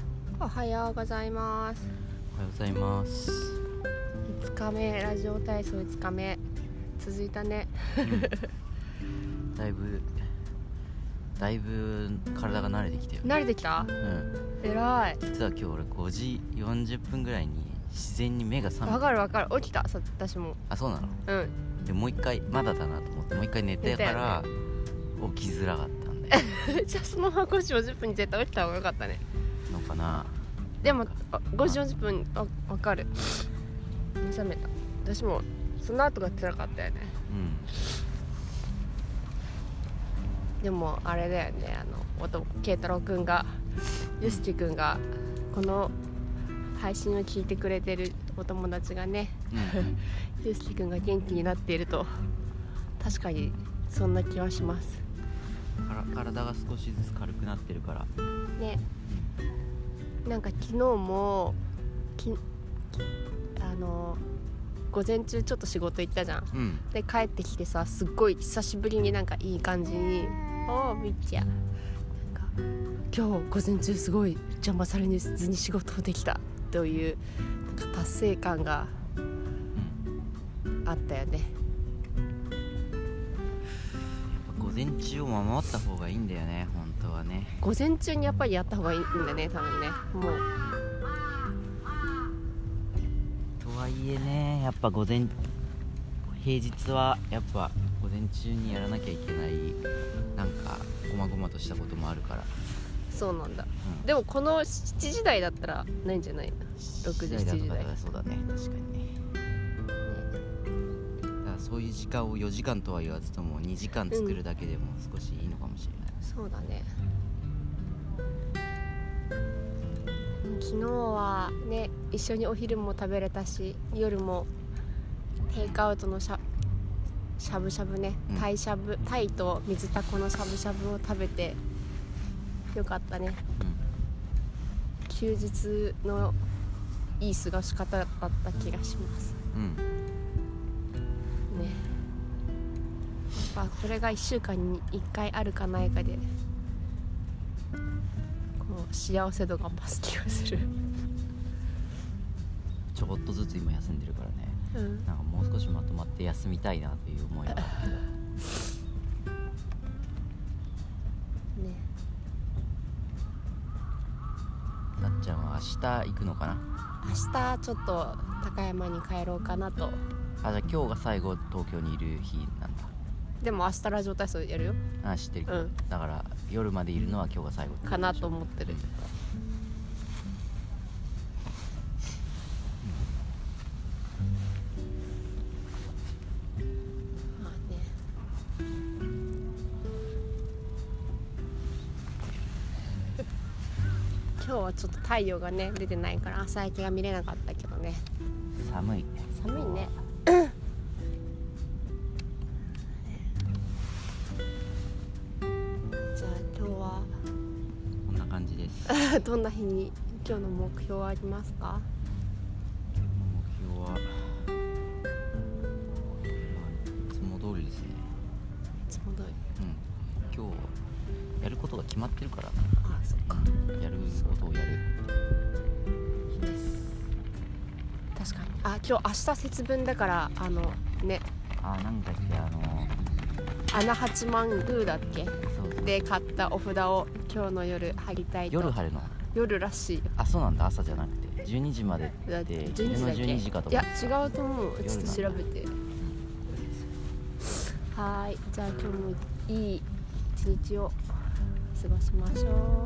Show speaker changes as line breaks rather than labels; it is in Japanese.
ようございます
おはようございます、
5日目ラジオ体操5日目続いたね
うんだいぶだいぶ体が慣れてきてる、
慣れてきた
うん、
えらい
実は今日俺5時40分ぐらいに自然に目が覚
わ
めた
かるわかる起きたそ私も
あそうなの
うん
でもう一回まだだなと思ってもう一回寝てから起きづらかったんで
じゃあそのまま5時40分に絶対起きた方がよかったね
のかな
でもあ5時40分あわかる目覚めた私もその後が辛かったよね
うん
でもあれだよねあの音慶太郎くんがゆすきくんがこの配信を聞いてくれてるお友達がね
うん
ゆうすけくんが元気になっていると確かにそんな気はします
から体が少しずつ軽くなってるから
ねなんか昨日もきあの午前中ちょっと仕事行ったじゃん
うん
で帰ってきてさすっごい久しぶりになんかいい感じに「おおみっちゃん」なんか「今日午前中すごい邪魔されずに仕事をできた」というなんか達成感が
うん
あったよね
やっぱ午前中を守った方がいいんだよね本当はね
午前中にやっぱりやった方がいいんだね多分ねもう
とはいえねやっぱ午前平日はやっぱ午前中にやらなきゃいけないなんかごまごまとしたこともあるから、
そうなんだ
うん、
でもこの7時台だったらないんじゃない6時
7
7時
だ
台
とかそうだね確かにねだからそういう時間を4時間とは言わずとも2時間作るだけでも少しいいのかもしれない、
そうだね昨日はね一緒にお昼も食べれたし夜もテイクアウトのしゃしゃぶしゃぶね、
うん
タイしゃぶタイと水タコのしゃぶしゃぶを食べてよかったね休日のいい過ごし方だった気がします
うん、うん、
ねやっぱこれが1週間に1回あるかないかでこう幸せ度が増す気がする、
ちょこっとずつ今休んでるからね
うん、
なんかもう少しまとまって休みたいなという思いはあるけど
ね
さっちゃんは明日行くのかな
明日ちょっと高山に帰ろうかなと
あじゃあ今日が最後東京にいる日なんだ
でも明日ラジオ体操やるよ
あ知ってるけど、
うん
だから夜までいるのは今日が最後ってことでしょ
かなと思ってるまあね今日はちょっと太陽がね出てないから朝焼けが見れなかったけどね
寒い
寒いねじゃあ今日は
こんな感じです
どんな日に今日の目標はありますか
目標は、まあ、いつも通りですね
いつも通り
うん今日やることが決まってるから
あそっか
なやることをやる
確かにあ今日明日節分だからあのね
あなんだっけあの
穴八幡宮だっけ
そうそう
で買ったお札を今日の夜貼りたいと
夜晴れの
夜らしいよ
あそうなんだ朝じゃなくて12時まで
だっ
ってて
12時
昼の
だっけ
12時かと
い
思っ
や
て
違うと思うちょっと調べてはーいじゃあ今日もいい一日を過ごしましょう